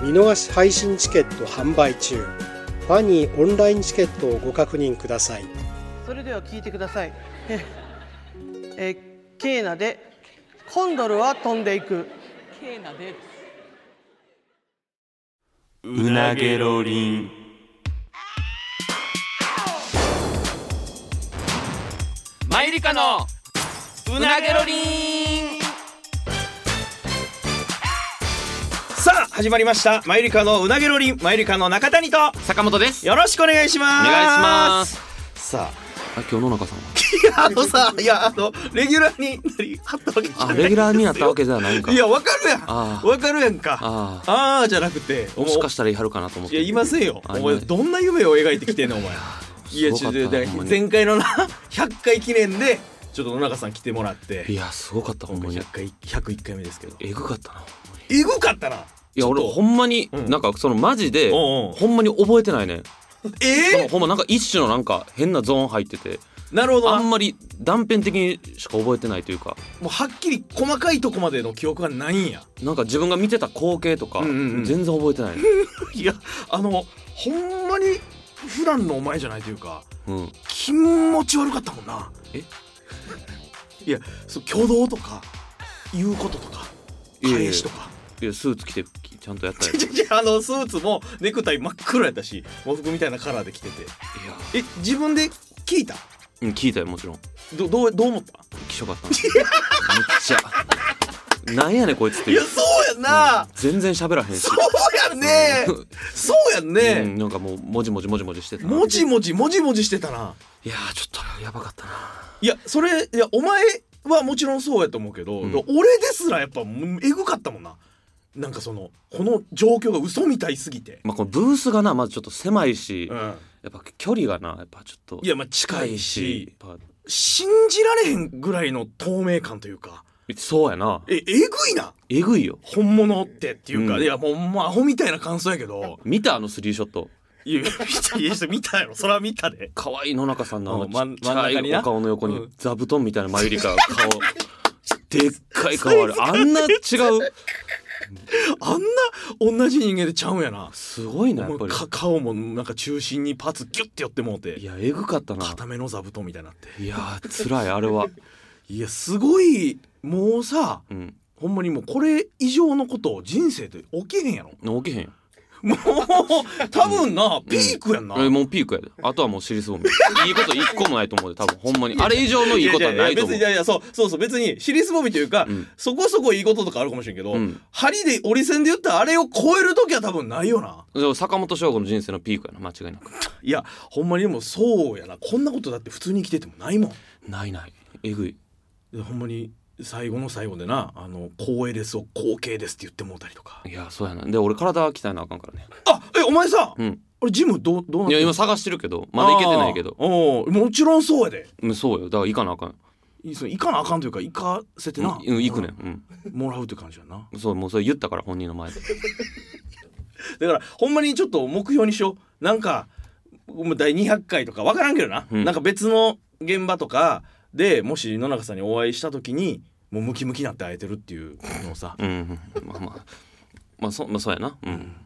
見逃し配信チケット販売中ファニーオンラインチケットをご確認くださいそれでは聞いてください。えーえーケーナでコンドルは飛んでいく。ケーナでうなげろりんマイリカのうなげろりんさあ始まりましたマユリカのうなげろりんマユリカの中谷と坂本ですよろしくお願いしますお願いしますさあ今日野中さんああのさいやあのレギュラーになりあったわけじゃはあないレギュラーになったわけじゃないんかいやわかるやんあーわかるやんかああーじゃなくてもしかししたらいはるかなと思っいやていませんよあお前いないどんな夢を描いてきてんのお前いやすちごょっかったなといやほんまに前回のな100回記念でちょっと野中さん来てもらっていやすごかったほ今ん回まに100回101回目ですけどえぐかったなえぐかったないや俺ちょっとほんまにうんなんかそのマジでおうおうほんまに覚えてないねそえのほんまなんか一種のなんか変なゾーン入っててー、なるほどあなんまり断片的にしか覚えてないというかもうはっきり細かいとこまでの記憶がないんやなんか自分が見てた光景とかうんうんうん全然覚えてないね いやあのほんまに普段のお前じゃないというかうん気持ち悪かったもんなえ いやそう挙動とか言うこととかいやいや返しとかいやスーツ着てきちゃんとやったやついちょちょあのスーツもネクタイ真っ黒やったし喪服みたいなカラーで着ててやえ自分で聞いたうん聞いたよもちろんどどうどう思ったきしょかったなめっちゃなんやねんこいつっていやそうやんな、全然喋らへんしそうやんねそうやんうね、ん、なんかもうもじもじもじもじしてたなもじもじもじもじしてたないやーちょっとやばかったないやそれいやお前はもちろんそうやと思うけど、うん俺ですらやっぱもうえぐかったもんななんかそのこの状況が嘘みたいすぎて、まあこのブースがなまずちょっと狭いし、うやん、っぱ距離がなやっぱちょっといやまあ近いしやっぱ信じられへんぐらいの透明感というかそうやなええぐいなえぐいよ本物ってっていうか、うんいやもうもうアホみたいな感想やけ ど見たあのスリーショットいや見たいや見たやろそれは見たで可愛い野中さんのあのうんち真んっちゃ真ん中にいなお顔の横うにん座布団みたいなマユリカ 顔でっかい顔あるあんな違うあんな同じ人間でちゃうんやなすごいなやもっぱうりか顔もなんか中心にパツギュッて寄ってもういてやえぐかったな固めの座布団みたいになっていやー辛いあれは、いやすごいもうさうん、ほんまにもうこれ以上のことを人生で起きへんやろ 起きへんよもう多分な、ピークやんな、えもうピークやであとはもう尻すぼ みいいこと一個もないと思うで多分ほんまにあれ以上のいいことはないと思うややいや別にいやいやそうそうそう別に尻すぼみというか、うんそこそこいいこととかあるかもしれんけど、うん針で折り線で言ったらあれを超える時は多分ないよなでも坂本翔吾の人生のピークやな間違いなくいやほんまにでもそうやなこんなことだって普通に生きててもないもんないないえぐいでほんまに最後の最後でな「あの光栄です」を「光景です」って言ってもうたりとかいやそうやなで俺体鍛えなあかんからねあえお前さ、うんあれジムどうどうなっいてやんの今探してるけどまだ行けてないけどあーおうもちろんそうやでうんそうよだから行かなあかんいその行かなあかんというか行かせてな、うん行くねんうんもらうって感じやなそうもうそれ言ったから本人の前でだからほんまにちょっと目標にしようなんかもう第200回とか分からんけどな、うんなんか別の現場とかでもし野中さんにお会いした時にもうムキムキになって会えてるっていうのをさうんうんまあまあまあそ,、まあ、そうやなうん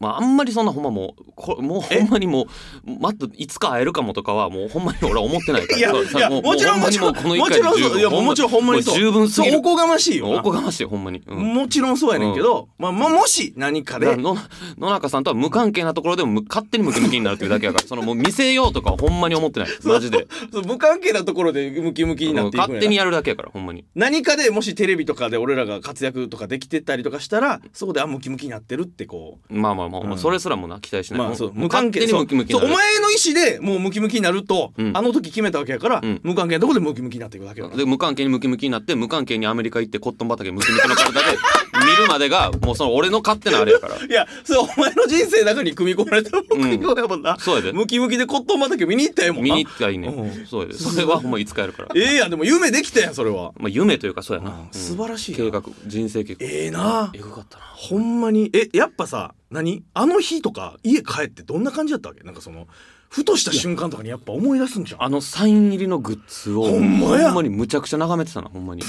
まああんまりそんなほんまもうこもうほんまにもうまたいつか会えるかもとかはもうほんまに俺は思ってないからいやそういやううもちろほんもまにちろんもうこのも一回ちろんで十そう分いやもちろんほんまにそうもう十分すぎそうるおこがましいよおなこがましいほんまに、うん、もちろんそうやねんけど、まあ、まあもし何かだからでの野中さんとは無関係なところでもむ勝手にムキムキになるっていうだけやからそのもう見せようとかはほんまに思ってないマジでそう無関係なところでムキムキになっていくんやな勝手にやるだけやからほんまに何かでもしテレビとかで俺らが活躍とかできてたりとかしたらそこであムキムキになってるってこまあまあまあ、うんそれすらもな期待しうない、まあそうもう無関係勝手にムキムキにそうなそうるお前の意思でもうムキムキになると、うんあの時決めたわけやから、うん無関係なとこでムキムキになっていくだけだからで無関係にムキムキになって無関係にアメリカ行ってコットン畑ムキムキの体で 見るまでがもうその俺の勝手なあれやからいやそれお前の人生の中に組み込まれた目標やもんな、そうやでムキムキで骨董畑見に行ったやもん見なに行ったらいいねうんんそうやでそれはほんまいつかやるからええやんでも夢できたやんそれは、まあ夢というかそうやな、うん素晴らしいな計画人生計画ええなえぐかったなほんまにえやっぱさ何あの日とか家帰ってどんな感じだったわけなんかそのふとした瞬間とかにやっぱ思い出すんじゃんあのサイン入りのグッズをほんまやほにむちゃくちゃ眺めてたなほんま に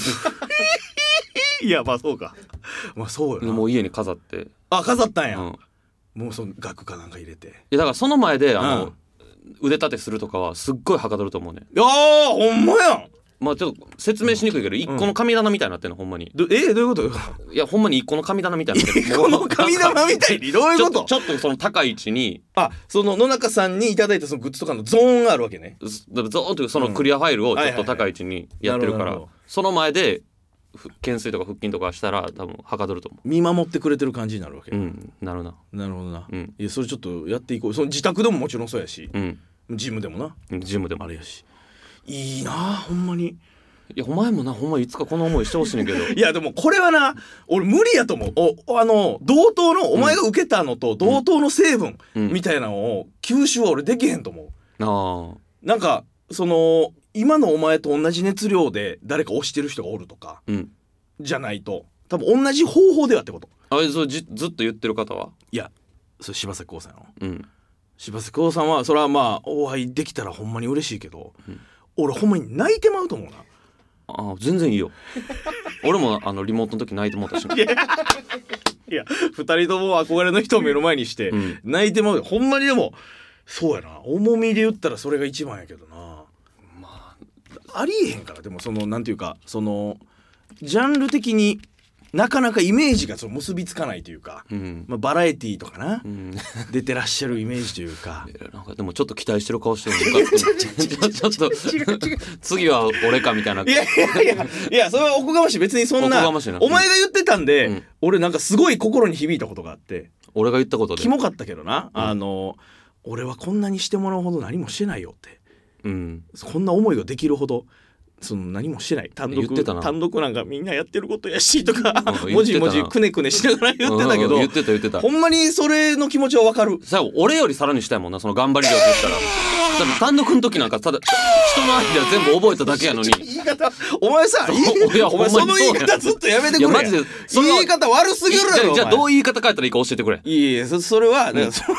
いやまあそうかまあそうでよなもう家に飾って、あ飾ったんうや、ん、いもうその額かなんか入れてやだからその前であの、うん腕立てするとかはすっごいはかどると思うねいやーほんまやんまあちょっと説明しにくいけど一個の神棚みたいになってんのほんまにどえどういうこといやほんまに一個の神棚 みたいになってるこの神玉みたいにどういうちょこっととちょっとその高い位置に あその野中さんにいただいたそのグッズとかのゾーンがあるわけねずゾーンというそのクリアファイルをちょっと高い位置にやってるかはいはらいはいなるほどなるほどその前でふ懸垂とか腹筋とかしたら多分はかどると思見守ってくれてる感じになるわけ、ううんなるななるほどな、うんいやそれちょっとやっていこうその自宅でももちろんそうやし、うんジムでもなジムでもあれやしいいなあほんまにいやお前もなほんまいつかこの思いしてほしいねん けどいやでもこれはな俺無理やと思うおあの同等のお前が受けたのと同等の成分うんみたいなのを吸収は俺できへんと思なあうなんかその今のお前と同じ熱量で誰か推してる人がおるとかうんじゃないと多分同じ方法ではってことあれそうじずっと言ってる方はいやそれ柴咲コウさんやろうん柴咲コウさんはそれはまあお会いできたらほんまに嬉しいけど、うん俺ほんまに泣いてまうと思うなああ全然いいよ 俺もあのリモートの時泣いてもらったしないや2人とも憧れの人を目の前にしてうん泣いてまうよほんまにでもそうやな重みで言ったらそれが一番やけどなまあありえへんからでもそのなんていうかそのジャンル的になかなかイメージがその結びつかないというか、うんまあ、バラエティーとかな、うん出てらっしゃるイメージというかいやなんかでもちょっと期待してる顔してるのか ちょっと次は俺かみたいないや いやいやいやそれはおこがましい別にそんおなこがましいなお前が言ってたんで、うん俺なんかすごい心に響いたことがあって俺が言ったことでキモかったけどな、あの俺はこんなにしてもらうほど何もしてないよってうんこんな思いができるほどその何もしてない単言って独たな単独なんかみんなやってることやしとか言ってたなもじもじくねくねしながら言ってたけうんうんど言ってた言ってたほんまにそれの気持ちはわかる最後俺よりさらにしたいもんなその頑張り量って言ったらだって単独の時なんかただ人のアイデア全部覚えただけや のに言い方お 前さそういいいやお前ほんまそにのそう言いや方ずっとやめてくれいやマジでその言い方悪すぎるやじゃろあじゃあお前どう言い方変えたらいいか教えてくれいやいやそそれはだからその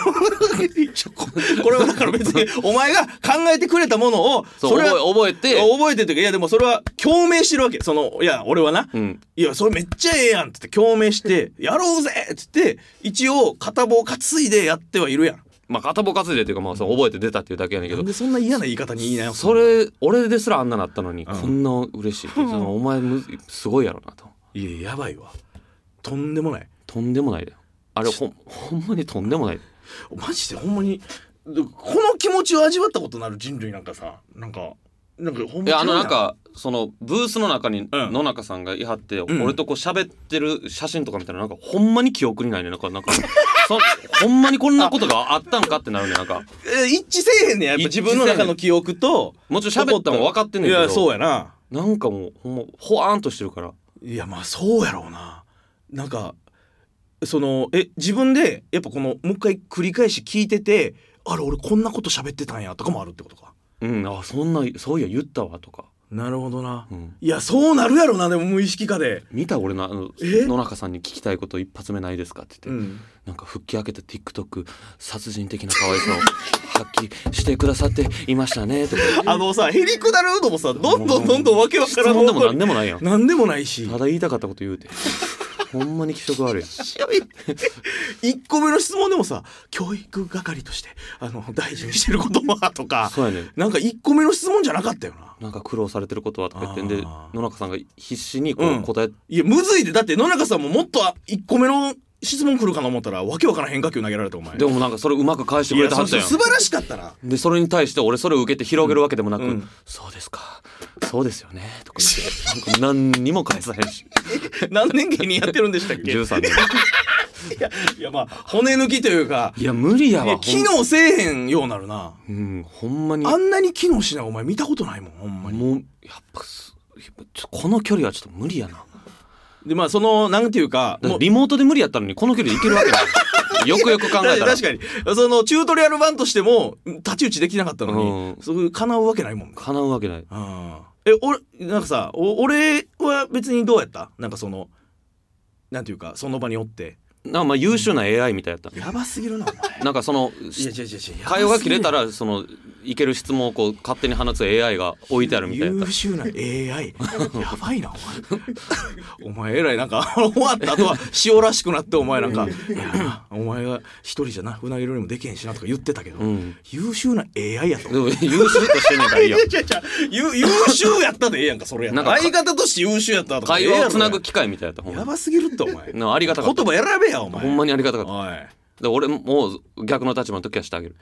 ちょここれはだから 別にお前が考えてくれたものをそうれは覚え覚えて覚えてるというかいやでもそれは共鳴してるわけそのいや俺はな、うんいやそれめっちゃええやんっつって共鳴して「やろうぜ!」っつって一応片棒担いでやってはいるやんまあ片棒担いでっていうかまあその覚えて出たっていうだけやねんけなどんでそんな嫌な言い方に言いなよそれ俺ですらあんななったのにうんこんな嬉しいって、そのお前むすごいやろなといややばいわとんでもないとんでもないだよあれほんほんまにとんでもないマジでほんまにでこの気持ちを味わったことのある人類なんかさなんかなんかほんいまやあのなんかそのブースの中にうん野中さんがいはって、ん俺とこう喋ってる写真とか見たらなんかほんまに記憶にないねなんかなんかそほんまにこんなことがあったんかってなるねなんかえ一致せえへんねんやっぱ自分の中の記憶ともちろん喋ったもん分かってんねんいけやそうどやななんかもうほんまほわーんとしてるからいやまあそうやろうななんかそのえ自分でやっぱこのもう一回繰り返し聞いててあれ俺こんなこと喋ってたんやとかもあるってことかうんあそんなそういや言ったわとか、なるほどな、うん、いやそうなるやろなでも無意識化で、見た俺のあのえ野中さんに聞きたいこと一発目ないですかって言って、ん、なんか復帰明けた TikTok 殺人的な可愛さを発揮してくださっていましたねとかあのさへりくだるのもさどんどんどんどんわけわか質らん問でも方向何にでもないやんなんでもないした だ言いたかったこと言 うてほんまに気色悪い 1個目の質問でもさ教育係としてあの大事にしてることはとかそうやねんなんか1個目の質問じゃなかったよななんか苦労されてることはとか言ってんであー野中さんが必死にこうんう答え、いやむずいでだって野中さんももっと1個目の質問来るかな思ったらわけわからん変化球投げられたお前でもなんかそれうまく返してくれてはったやんいやそ素晴らしかったなでそれに対して俺それを受けて広げるわけでもなく「うんうんそうですかそうですよね」とか言ってなんか何にも返さへ んし 何年芸人やってるんでしたっけい13年やいやまあ骨抜きというかいや無理やいやわ機能せえへんようなるなほん,、うん、ほんまにあんなに機能しないお前見たことないもんほんまにもうやっぱすやっぱちょこの距離はちょっと無理やなでまあそのなんていうかだっもてリうモートで無理やったのにこの距離でいけるわけない よくよく考えたら確かに確かにそのチュートリアル版としても太刀打ちできなかったのに、うんそういう叶うわけないもんか叶うわけないあーえ俺なんかさお俺は別にどうやったなんかそのなんていうかその場におってなんかまあ優秀な AI みたいやったやばすぎるなお前なんかそのいやいやいやいや会話が切れたやばらそのいける質問をこう勝手に放つ AI が置いてあるすみぎたるいやった優秀な AI やばいなお前お前えらいなんか 終わった後は塩らしくなってお前なんか「いやお前が一人じゃなうなぎ料理もできへんしな」とか言ってたけど、うん優秀な AI やとでも優秀としてんねんからいい やん優優秀やったでええやんかそれやっなたんから相方として優秀やったとか会話をつなぐえ機会みたいやったほんえやろやまばすぎるってお前なありがたかった言葉選べやお前ほんまにありがたかったおいで俺もう逆の立場の時はしてあげる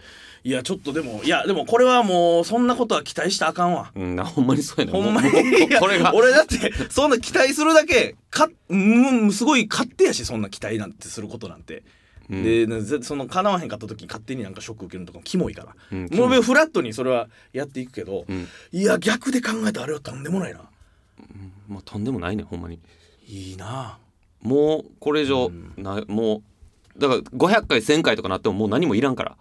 いやちょっとでもいやでもこれはもうそんなことは期待したらあかんわうんなほんまにそうやねほんまにもうもうい やこれが俺だってそんな期待するだけかうんすごい勝手やしそんな期待なんてすることなんて、うんでなぜその叶わへんかった時に勝手になんかショック受けるのとかもキモいから、うんキモもいうべフラットにそれはやっていくけど、うんいや逆で考えたらあれはとんでもないなまあとんでもないねほんまにいいなもうこれ以上なもうだから500回1000回とかなってももう何もいらんから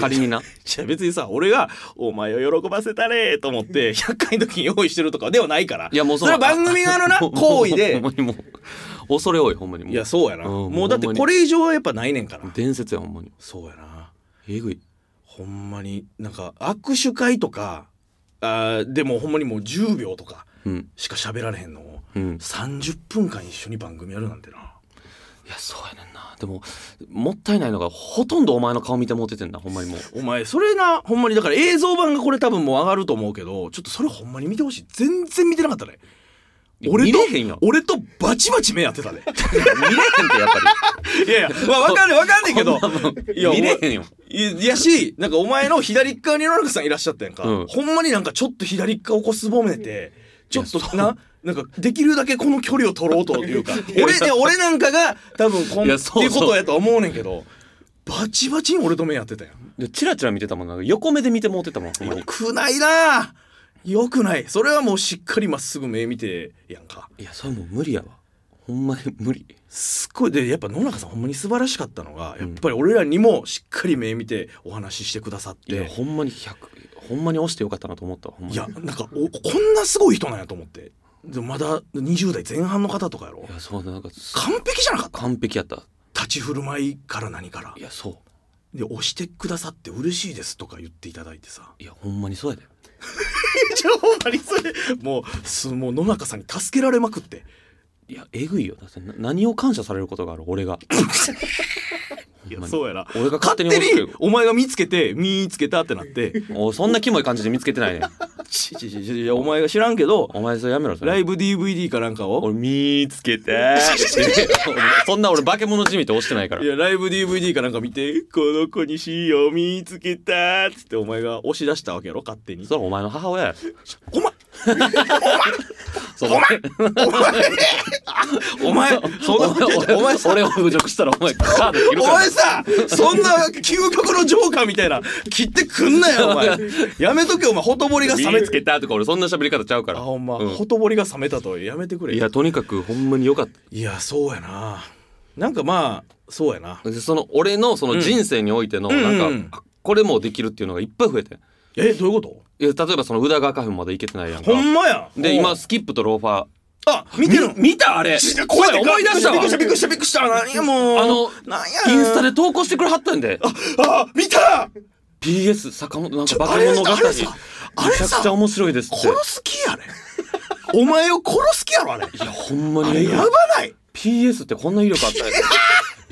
仮になじゃ別にさ俺が「お前を喜ばせたれ」と思って100回の時に用意してるとかではないからいやもうそれは番組側 のな 行為でほんまにもう恐れ多いほんまにもういやそうやな、うんもうだってほんまにこれ以上はやっぱないねんから伝説やほんまにそうやなえぐいほんまになんか握手会とかあーでもほんまにもう10秒とかうんしか喋られへんのをうん30分間一緒に番組やるなんてないやそうやねんなでももったいないのがほとんどお前の顔見てもうててんなほんまにもうお前それなほんまにだから映像版がこれ多分もう上がると思うけどちょっとそれほんまに見てほしい全然見てなかったね俺と見れへんよ俺とバチバチ目合って たね見れへんってやっぱ いやいや、まあ、わかんねわかんねんけどりいやお見前れへんよいやしなんかお前の左側に野中さんいらっしゃったやんか、うんほんまになんかちょっと左側をこすぼめてちょっといやそうななんかできるだけこの距離を取ろうというか俺で俺なんかが多分こんいやそうそうっていうことやとは思うねんけどバチバチに俺と目やってたやん。でチラチラ見てたもんな横目で見てもうてたもんほんまよにくないなよくないそれはもうしっかりまっすぐ目見てやんかいやそれもう無理やわほんまに無理すっごいでやっぱ野中さんほんまに素晴らしかったのが、やっぱり俺らにもしっかり目見てお話ししてくださっいてやほんまに100ほんまに押してよかったなと思ったわほんまにいやなんかおこんなすごい人なんやと思ってでもまだ20代前半の方とかやろいやそうだなんかす完璧じゃなかった完璧やった立ち振る舞いから何からいやそうで押してくださって嬉しいですとか言っていただいて さいやほんまにそうやでじゃあほんまにそれもうすもう野中さんに助けられまくっていやえぐいよだってな何を感謝されることがある俺 がいほんやまにそうやな俺が勝勝手手に押にしてるお前が見つけて見つけたってなっておいそんなキモい感じで見つけてないねんちちちちお前が知らんけどお前それやめろそれライブ DVD かなんかを俺見つけて そんな俺化け物じみて押してないからいやライブ DVD かなんか見て「この子にしよう見つけた」っつってお前が押し出したわけやろ勝手にそれお前の母親やお前お前お前そんなお前俺を侮辱したらお前カード切るおから前さそんな究極のジョーカーみたいな切ってくんなよお前 やめとけお前ほとぼりが冷見めつけたとか俺そんな喋り方ちゃうかあらほんま、うほとぼりが冷めたとやめてくれいやとにかくほんまによかったいやそうやななんかまあそうやなでその俺のその人生においてのんなんか、うんうんあこれもできるっていうのがいっぱい増えてえどういうこといや例えばその宇田川カフェまで行けてないやんかほんまやで今おうスキップとローファーあ見てるの見たあれ声で声思い出したびっくりしたびっくりしたびっくりした何やもうあのなんやインスタで投稿してくれはったんであ見た PS 坂本なんかちょバカ物語あれあれさあれめちゃさくちゃ面白いですって殺す気やね お前を殺す気やろあれいやほんまあにれえぐいやばない PS ってこんな威力あったん や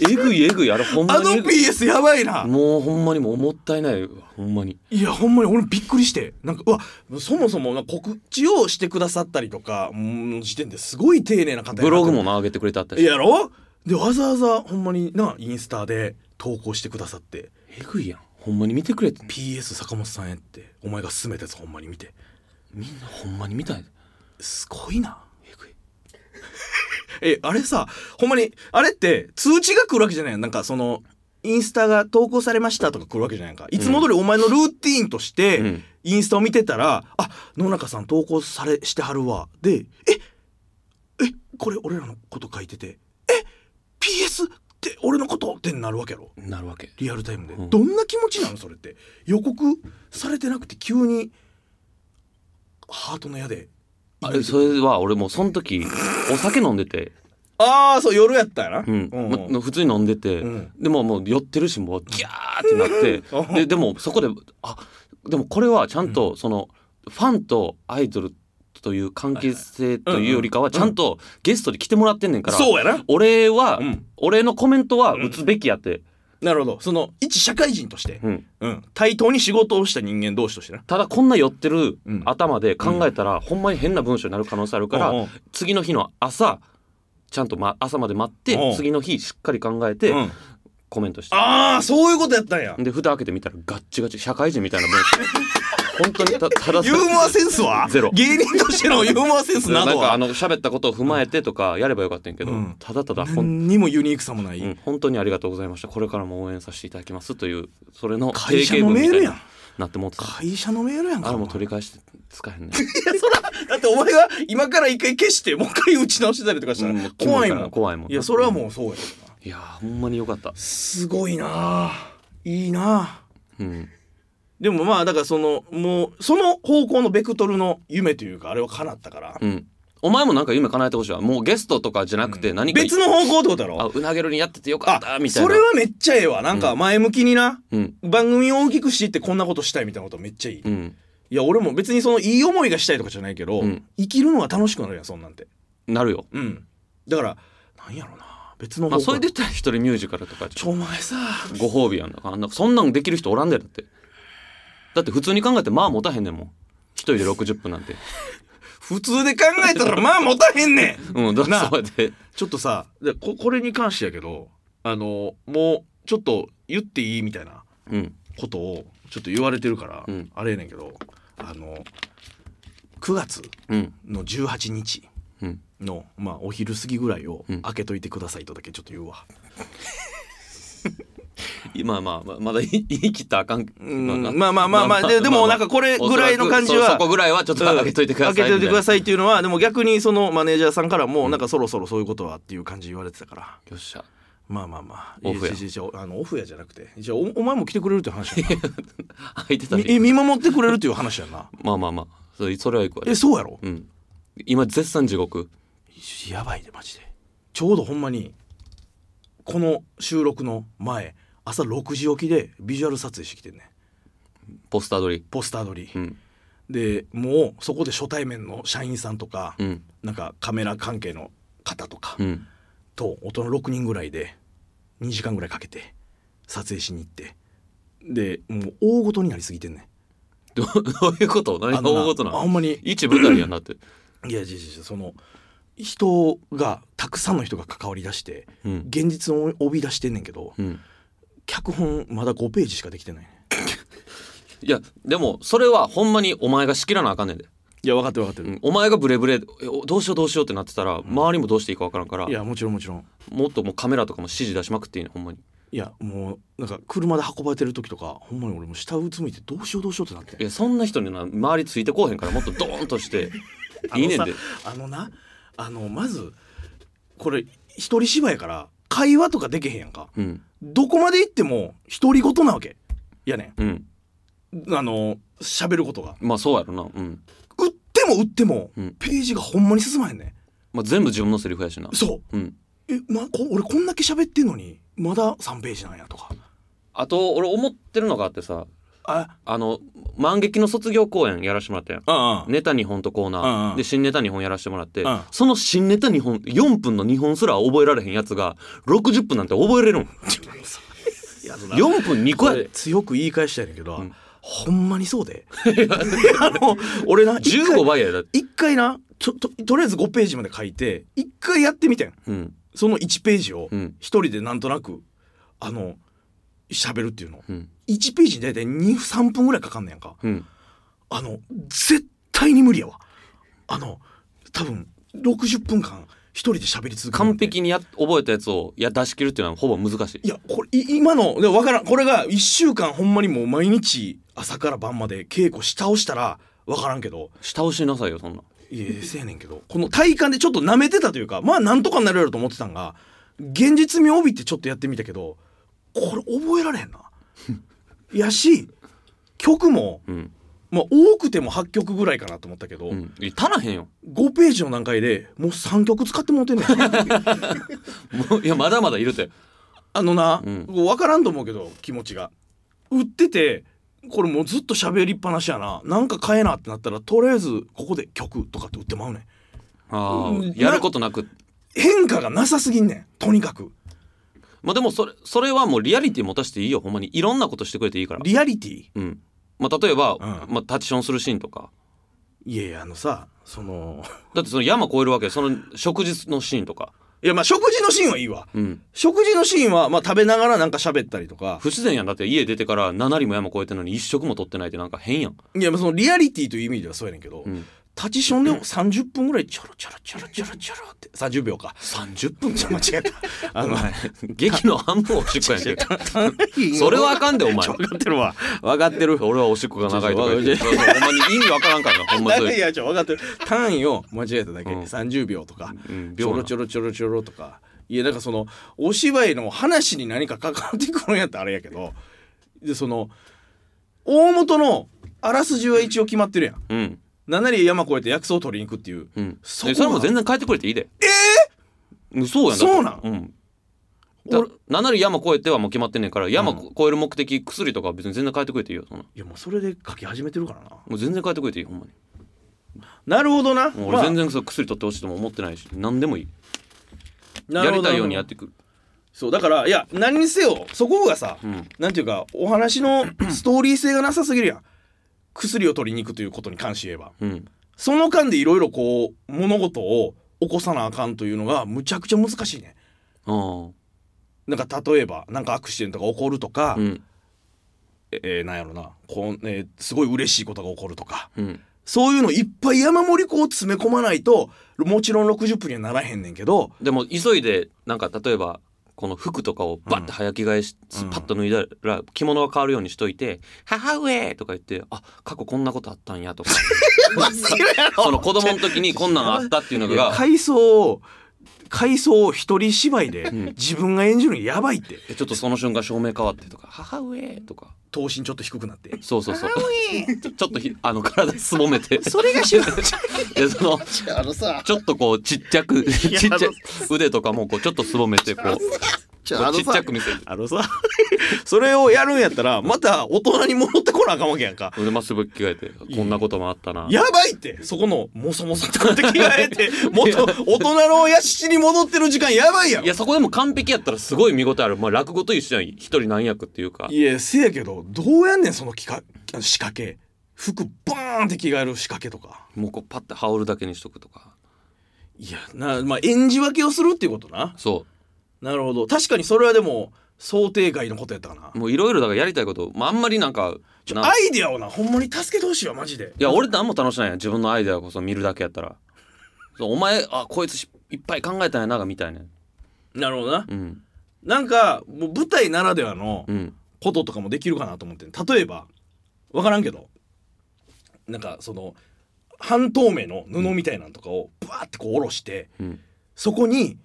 えぐいえぐいあれほんあまのにえぐい PS やばいなもうほんまにもうもったいないわほんまにいやほんまに俺びっくりしてなんかうわそもそもな告知をしてくださったりとかうん時点ですごい丁寧な方やなブログもな上げてくれたったしやろでわざわざほんまになインスタで投稿してくださってえぐいやんほんまに見てくれて PS 坂本さんへってお前が勧めたやつほんまに見てみんなほんまに見たいすごいなえぐいえあれさほんまにあれって通知が来るわけじゃないやんなんかそのインスタが投稿されましたとか来るわけじゃないかいつも通りお前のルーティーンとして、うんインスタを見てたら「あ野中さん投稿されしてはるわ」で「ええこれ俺らのこと書いててえ PS って俺のことってなるわけやろなるわけリアルタイムで、うんどんな気持ちなのそれって予告されてなくて急にハートの矢であれそれは俺もうその時お酒飲んでて、ああそう夜やったやなうんま普通に飲んでて、うんでももう酔ってるしもうギャーってなっうてんででもそこであでもこれはちゃんとその、ファンとアイドルという関係性というよりかはちゃんとゲストで来てもらってんねんから、そうやな俺は、うん俺のコメントは打つべきやって、なるほどその一社会人として、うんうん、対等に仕事をした人間同士としてなただこんな酔ってるうん頭で考えたら、ほんまに変な文章になる可能性あるから、うんうん次の日の朝ちゃんと、ま、朝まで待って、うん次の日しっかり考えて、うんコメントしてああそういうことやったんやで蓋開けてみたらガッチガチ社会人みたいな文章 本当にたただユーモアセンスはゼロ芸人としてのユーモアセンスななんどかあはの喋ったことを踏まえてとかやればよかったんやけど、うんただただほん、何にもユニークさもない、うん本当にありがとうございましたこれからも応援させていただきますというそれの会社定の型文みメーたいルにやんなってもうてた会社のメールやんかあれもお前取り返して使えへんねだってお前が今から一回消してもう一回打ち直してたりとかしたうんもらう怖キモいいかもんら怖いもんいやそれはもうそうやけどないやーほんまによかったすごいなあいいなあうんでもまあだからそのもうその方向のベクトルの夢というかあれは叶ったからうんお前もなんか夢叶えてほしいわもうゲストとかじゃなくて何か、別の方向ってことだあろうなげるにやっててよかったみたいそなれはめっちゃええわなんか前向きにな、うん番組を大きくしていってこんなことしたいみたいなことめっちゃいい、ういんや俺も別にそのいい思いがしたいとかじゃないけど、うん生きるのは楽しくなるやんそんなんてなるようんだからなんやろな別の方ま向あそれで言ったら一人ミュージカルとかちょお前さご褒美やんだからあんなそんなんできる人おらんでだってだって普通に考えてまあ持たへんねんもん一人で60分なんて普通で考えたらまあ持たへんね んうんだからなあそうやってちょっとさでここれに関してやけどあのもうちょっと言っていいみたいなうんことをちょっと言われてるから、うんあれやねんけどあの9月うんの18日うんの、まあ、お昼過ぎぐらいをうん開けといてくださいとだけちょっと言うわ、まあまあまあまだ言い切ったらあかんうんまあまあまあまあででもなんかこれぐらいの感じおそはらくそそこぐらいはちょっと開けといてください開けといてくだいさいっていうのはでも逆にそのマネージャーさんからもなんかそろそろそういうことはっていう感じ言われてたから、よっしゃまあまあまあオフやいいいいいいあのオフやじゃなくてじゃあおお前も来てくれるっていう話や な開いてたみえり見守ってくれるっていう話やんなまあまあまあそれそれは行くわえそうやろうん今絶賛地獄やばいでマジでちょうどほんまにこの収録の前朝6時起きでビジュアル撮影してきてんねポスター撮りポスター撮り、うんでもうそこで初対面の社員さんとか、うんなんかカメラ関係の方とかうんと大人6人ぐらいで2時間ぐらいかけて撮影しに行ってでもう大ごとになりすぎてんねどう どういうこと何あがのな大事なあのほんまに一舞台やんだっていやじゃじゃその人がたくさんの人が関わりだしてうん現実を帯び出してんねんけどうん脚本まだ5ページしかできてないねいやでもそれはほんまにお前が仕切らなあかんねんで、いや分かってる分かってうんる、お前がブレブレえおどうしようどうしようってなってたら周りもどうしていいかわからんからいやもちろんもちろんもっともうカメラとかも指示出しまくっていいねほんまにいやもうなんか車で運ばれてる時とかほんまに俺も下うつむいてどうしようどうしようってなっていやそんな人にな周りついてこうへんからもっとドーンとして いいねんであのなあのまずこれ一人芝居やから会話とかできへんやんかうんどこまで行っても独り言なわけやねうんんあの喋ることがまあそうやろなうん、売っても売っても、うんページがほんまに進まへんねまあ、全部自分のセリフやしなんそううんえ、ま、こ俺こんだけ喋ってんのにまだ3ページなんやとかあと俺思ってるのがあってさああの万劇の卒業公演やらしてもらったやんあネタ2本とコーナー、うんうんで新ネタ2本やらせてもらって、うんその新ネタ2本4分の2本すら覚えられへんやつが60分なんて覚えれるん いやそんな4分2個こやれで強く言い返したいんやけど、うんほんまにそうで あの俺 な一回15倍やで、一回なちょととりあえず5ページまで書いて一回やってみてんうんその1ページをうん一人でなんとなくあの喋るっていうのうん1ページに大体23分ぐらいかかんねやんかうん、あの絶対に無理やわあの多分60分間一人で喋り続けるのっ完て璧にや覚えたやつをいや出し切るっていうのはほぼ難しいいやこれい今のでも分からんこれが1週間ほんまにもう毎日朝から晩まで稽古し倒したら分からんけど下押しなさいよそんないやせやねんけどこの体感でちょっと舐めてたというかまあなんとかなるやろと思ってたんが現実味を帯びてちょっとやってみたけどこれ覚えられへ んなやし曲も、うんまあ、多くても8曲ぐらいかなと思ったけど、うんいや足らへんよ 5ページの段階でもう3曲使ってもうてんねんもういやまだまだいるってあのな、うん分からんと思うけど気持ちが売っててこれもうずっと喋りっぱなしやななんか変えなってなったらとりあえずここで曲とかって売ってまうねんああうんやることなく変化がなさすぎんねんとにかくまあでもそれそれはもうリアリティ持たせていいよほんまにいろんなことしてくれていいからリアリティうんまあ例えば、んまあ、タッチションするシーンとかいやいやあのさそのだってその山越えるわけその食事のシーンとかいやまあ食事のシーンはいいわうん食事のシーンはまあ食べながらなんか喋ったりとか不自然やんだって家出てから7里も山越えてんのに一食も取ってないってなんか変やん、いやまあそのリアリティという意味ではそうやねんけど、うん、立ちションで30分ぐらいちょろちょろちょろちょろちょろって30秒か30分 じゃ間違えたあの劇の半分おしっこやん けそそれはあかんでお前 分かってるわ分かってる俺はおしっこが長いとか言ってそうそうほんまに意味わからんからなほんまそ 何れいやちょ分かってる単位を間違えただけ、うん30秒とか、うんち秒なょろちょろちょろちょろとかいやなんかそのお芝居の話に何か関わってくるんやったらあれやけどでその大元のあらすじは一応決まってるやんうん七里山越えて薬草を取りに行くっていう、うんそそこはれも全然変えてくれていいでええそうやんだってそうなんうんだ七里山越えてはもう決まってんねんから山越える目的薬とかは別に全然変えてくれていいよそんないやもうそれで書き始めてるからなもう全然変えてくれていいほんまになるほどなもうまあ俺全然そう薬取ってほしいとも思ってないし何でもいいなやりるほどたいようにやってくるそうだからいや何にせよそこがさ、うんなんていうかお話のストーリー性がなさすぎるやん薬を取りに行くということに関して言えばうんその間でいろいろこう物事を起こさなあかんというのがむちゃくちゃ難しいねああなんか例えばなんかアクシデントが起こるとか、うんええーなんやろなこう、えーすごい嬉しいことが起こるとかうんそういうのいっぱい山盛りこう詰め込まないともちろん60分にはならへんねんけどでも急いでなんか例えばこの服とかをバッて早着替えし、うんパッと脱いだら着物が変わるようにしといて「母上!」とか言って「あ過去こんなことあったんや」とかその子供の時にこんなのあったっていうのいやが回想を回想を一人芝居でん自分が演じるのやばいってえちょっとその瞬間照明変わってとか「母上!」とか頭身ちょっと低くなってそうそうそうち ょちょっとひあの体すぼめてそれがし でそのあのさちょっとこうちっちゃくちっちゃい腕とかもこうちょっとすぼめてこうちこうちっちゃく見せてあのさ それをやるんやったらまた大人に戻ってこなあかんわけやんか腕まっすぐ着替えて「こんなこともあったな」やばいってそこのもそもそとかって着替えて もっと大人の屋敷に戻ってる時間やばいやんいやそこでも完璧やったらすごい見応えある、まあ、落語と一緒やん一人何役っていうかいやせやけどどうやんねんその企画仕掛け服バーンって着替える仕掛けとかもうこうパッて羽織るだけにしとくとかいやなまあ演じ分けをするっていうことなそなるほど確かにそれはでも想定外のことやったかなうもういろいろだからやりたいこと、まあ、あんまりなんかちょなアイディアをなほんまに助けてほしいわマジでいや俺何も楽しないやん自分のアイデアこそ見るだけやったらそうお前あこいつしいっぱい考えたんやながみたいねなるほどなうんなんかもう舞台ならではのうんこととかもできるかなと思ってん例えば分からんけどなんかその半透明の布みたいなんとかをバーってこう下ろしてうんそこに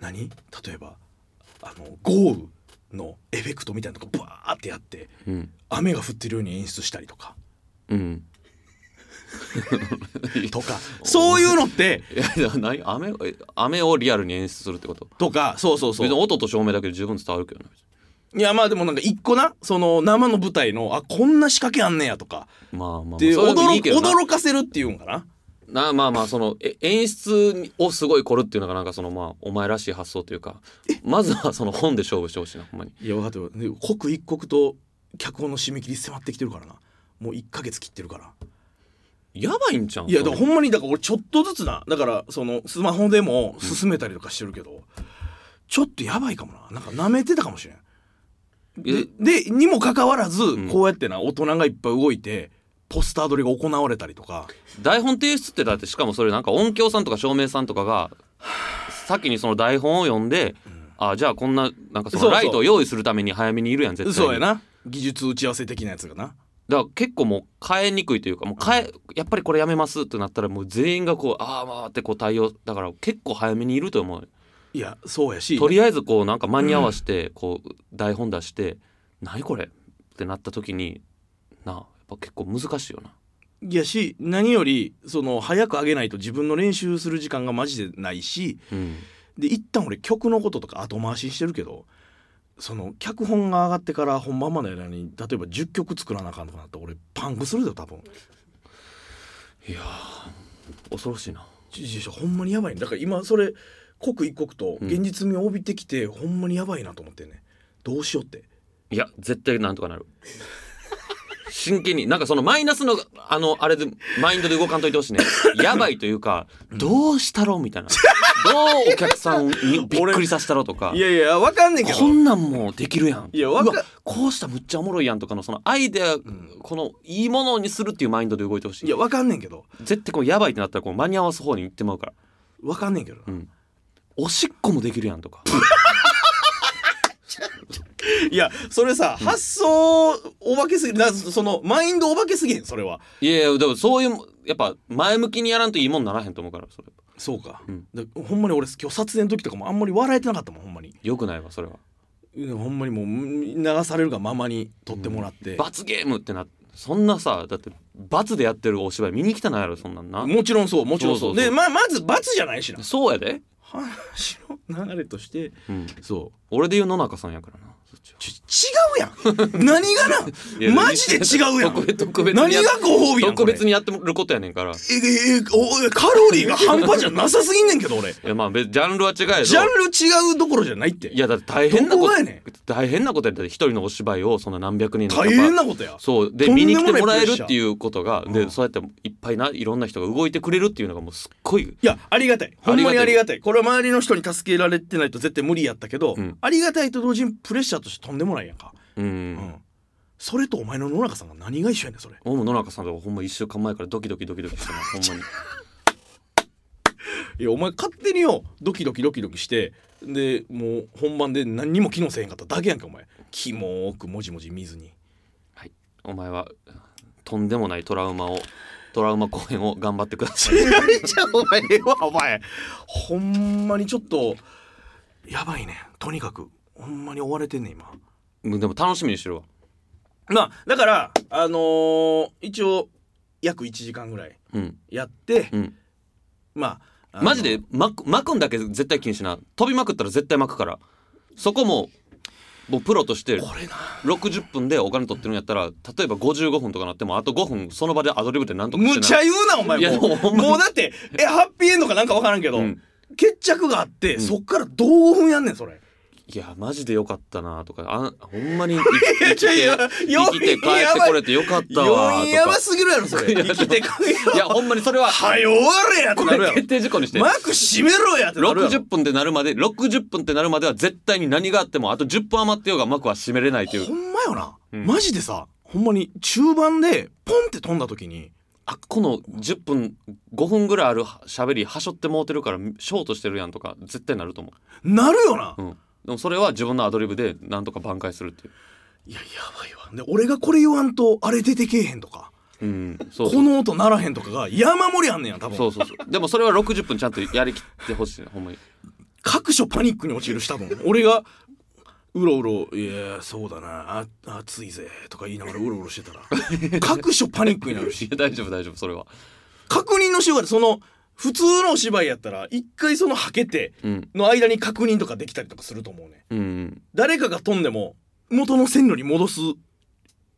何例えばあの豪雨のエフェクトみたいなのとかバーってやってうん雨が降ってるように演出したり とかうんとかそういうのっていやいやない雨え雨をリアルに演出するってこととかそうそうそう別に音と照明だけで十分伝わるけどねいやまあでもなんか一個なその生の舞台のあこんな仕掛けあんねやとかまあまあまあっていうそれでもい驚いけどな驚かせるっていうんかななまあまあそのえ演出をすごい凝るっていうのがなんかそのまあお前らしい発想というかまずはその本で勝負してほしいなほんまにいや分かってるで刻一刻と脚本の締め切り迫ってきてるからなもう1ヶ月切ってるからやばいんちゃうんいやだからそほんまにだから俺ちょっとずつなだからそのスマホでも進めたりとかしてるけど、ちょっとやばいかもななんか舐めてたかもしれんれででにもかかわらず、んこうやってな大人がいっぱい動いてポスター撮りが行われたりとか台本提出ってだってしかもそれなんか音響さんとか照明さんとかが先にその台本を読んで、あじゃあこんななんかそそうそのうライトを用意するために早めにいるやん絶対にそうやな技術打ち合わせ的なやつがなだから結構もう変えにくいというかもう変え、やっぱりこれやめますってなったらもう全員がこうあーまあってこう対応だから結構早めにいると思ういやそうやしとりあえずこうなんか間に合わせてこう台本出して「何これ?」ってなった時になあやっぱ結構難しいよないやし何よりその早く上げないと自分の練習する時間がマジでないしうんで一旦俺曲のこととか後回しにしてるけどその脚本が上がってから本番までの間に例えば10曲作らなあかんとかなったら俺パンクするよ多分いやー恐ろしいなちちちほんまにやばいねだから今それ刻一刻と現実味を帯びてきて、ほんまにやばいなと思ってんねどうしようっていや絶対なんとかなる真剣になんかそのマイナスのあのあれでマインドで動かんといてほしいねやばいというかどうしたろみたいなどうお客さんにびっくりさせたろとかやいやわかんねこんなんもできるやんいやわかうこうしたらむっちゃおもろいやんとかのそのアイデア、このいいものにするっていうマインドで動いてほしいいやわかんねんけど絶対こうやばいってなったらこう間に合わす方に行ってまうからわかんねんけどな、うんおしっこもできるやんとか いやそれさ、発想お化けすぎなそのマインドお化けすぎへんそれは いやいやでもそういうやっぱ前向きにやらんといいもんならへんと思うからそれそうか,、うんだほんまに俺今日撮影の時とかもあんまり笑えてなかったもんほんまによくないわそれはうんほんまにもう流されるがままに撮ってもらって、罰ゲームってなそんなさだって罰でやってるお芝居見に来たないやろそんなんなもちろんそうもちろんそうそうそうそうでままず罰じゃないしなそうやで、話の流れとしてうん、そう俺で言う野中さんやからなそっちはち違う やん何がいやなマジで違うやん特別特別何にやがご褒美やん特別ににやってることやねんからいえええおえカロリーが半端じゃなさすぎんねんけど俺やまあ別ジャンルは違えどジャンル違うどころじゃないっていやだって大変なこどことがやね大変なことやったら一人のお芝居をその何百人の大変なことやそうでとんで見もにな来いてもらえプレッるシャーっていうことがうでんそうやっていっぱいないろんな人が動いてくれるっていうのがもうすっごいいやありがたいほんまにあありりがたいこれは周りの人に助けられてないと絶対無理やったけど、うんありがたいと同時にプレッシャーとしてとんでもないやんか、うん、うんそれとお前の野中さんが何が一緒やねんそれ俺も野中さんとかほんま1週間前からドキドキドキドキして ますほんまに。いやお前勝手によドキドキドキドキしてでもう本番で何にも機能せえへんかっただけやんけお前キモーくもじもじ見ずにはい、お前はとんでもないトラウマをトラウマ公演を頑張ってくだ さい。いやいちゃうお前ええわお前ほんまにちょっとやばいねとにかくほんまに追われてんねん今うんでも楽しみにしてるわ。まあだからあのー一応約1時間ぐらいうんやって、うん。まああのマジでまくまくんだけ絶対禁止な。飛びまくったら絶対まくから。そこももうプロとしてこれな60分でお金取ってるんやったら例えば55分とかなってもあと5分その場でアドリブでなんとかむちゃ言うなお前いやもでもほうんまにもうだってえハッピーエンドかなんか分からんけど、うん決着があって、そっからどう5分やんねんそれいやマジでよかったなとかあほんま にや生きていやいや生きて帰ってこれてよかったわ余韻やばとすぎるやろそれいや生きてくれかいやよほんまにそれははよ終われやってこなるれや決ろ定事項にしてマーク閉めろやってなるや60ろ分ってなるまで60分ってなるまでは絶対に何があってもあと10分余ってようが幕は閉めれないといほうんまよな、うんマジでさほんまに中盤でポンって飛んだ時にあこの10分5分ぐらいある喋りはしょってもうてるからショートしてるやんとか絶対なると思なるよな、う、うん、でもそれは自分のアドリブでなんとか挽回するっていいややばいわで俺がこれ言わんとあれ出てけえへんとかう、うん、そうそこうの音ならへんとかが山盛りあんねんや多分そうそうそうでもそれは60分ちゃんとやりきってほしいねほんまに各所パニックに陥るし多分俺がうろうろ「いやそうだなあ暑いぜ」とか言いながらうろうろしてたら 各所パニックになるいしや大丈夫大丈夫それは確認のしようがその普通のお芝居やったら一回そのはけてうんの間に確認とかできたりとかすると思うねうん誰かが飛んでも元の線路に戻す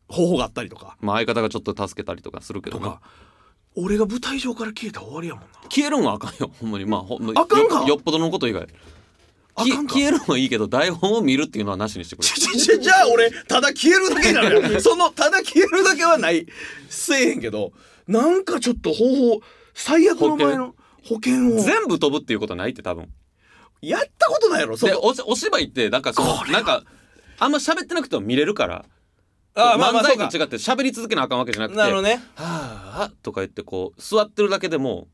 方法があったりとかまあ相方がちょっと助けたりとかするけどとなか俺が舞台上から消えたら終わりやもんな消えるんはあかんよほんまにまあほんまにあかんかよよっぽどのこと以外あきかんか消えるのはいいけど台本を見るっていうのはなしにしてくれちょちょじゃあ俺ただ消えるだけなのよそのただ消えるだけはないせえへんけどなんかちょっと方法最悪の前の保険を全部飛ぶっていうことはないって多分やったことないやろそでのおしお芝居ってなんかそのこれなはんかあんま喋ってなくても見れるからあまあ漫まあそ才うとか違って喋り続けなあかんわけじゃなくて「なるほどはねあ」とか言ってこう座ってるだけでも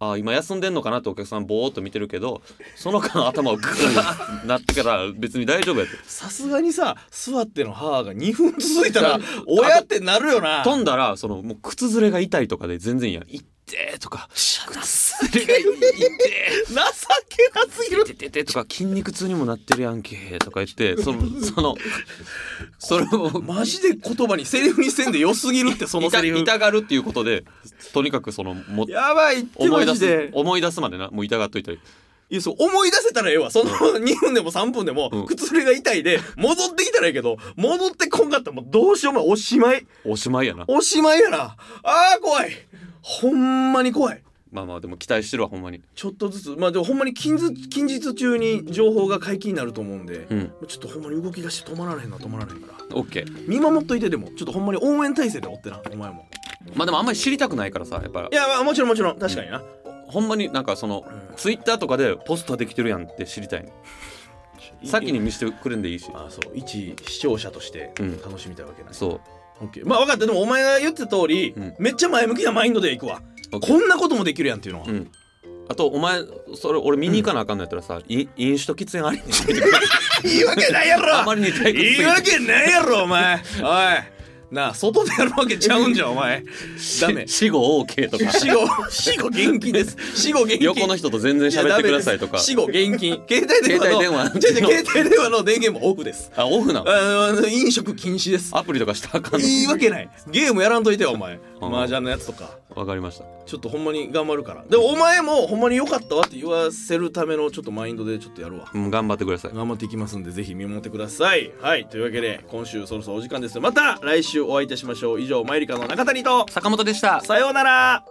あー今休んでんのかなってお客さんぼーっと見てるけどその子の頭をグーってなってから別に大丈夫やってさすがにさ座っての母が2分続いたら親ってなるよな飛んだらそのもう靴ずれが痛いとかで全然いいやん「いってー」とか「靴ずれがいって情けなすぎるー」てててとか「筋肉痛にもなってるやんけ」とか言ってそのそのそれをマジで言葉にセリフにせんで良すぎるってそのセ痛リフ痛がるっていうことでとにかくそのもやばいって思マい出ジすで思い出すまでなもう痛がっといたりいやそう思い出せたらええわその2分でも3分でうもん靴擦れが痛いで戻ってきたらええけど戻ってこんかったらもうどうしようもないおしまいおしまいやなおしまいやなあー怖いほんまに怖いまあまあでも期待してるわほんまにちょっとずつまあでもほんまに近日近日中に情報が解禁になると思うんで、うんちょっとほんまに動き出して止まらへんな止まらへんから OK 見守っといてでもちょっとほんまに応援体制で追ってなお前もまあでもあんまり知りたくないからさやっぱいやまあもちろんもちろん確かにな、ほんまになんかそのうんツイッターとかでポスターできてるやんって知りたいの先に見せてくれんでいいしあそう一視聴者としてうん楽しみたいわけない、そうオッケーまあ分かったでもお前が言ってた通り、うんめっちゃ前向きなマインドでいくわ OK こんなこともできるやんっていうのは、うんあとお前それ俺見に行かなあかんのやったらさ、い飲酒と喫煙ありにしてくれいいわけないやろあまりに退屈すぎいていわけないやろお前おいなあ外でやるわけちゃうんじゃんお前ダメ し死後 OK とか死後死後現金です死後現金 横の人と全然喋ってくださいとか やダメです死後現金携帯電話の携帯電話違う違う携帯電話の電源もオフですあオフなのあの飲食禁止ですアプリとかしたらあかんのいいわけないゲームやらんといてよお前うん麻雀のやつとかわかりましたちょっとほんまに頑張るからでもお前もほんまに良かったわって言わせるためのちょっとマインドでちょっとやるわうん頑張ってください頑張っていきますんでぜひ見守ってくださいはいというわけで今週そろそろお時間ですまた来週お会いいたしましょう以上マイリカの中谷と坂本でしたさようなら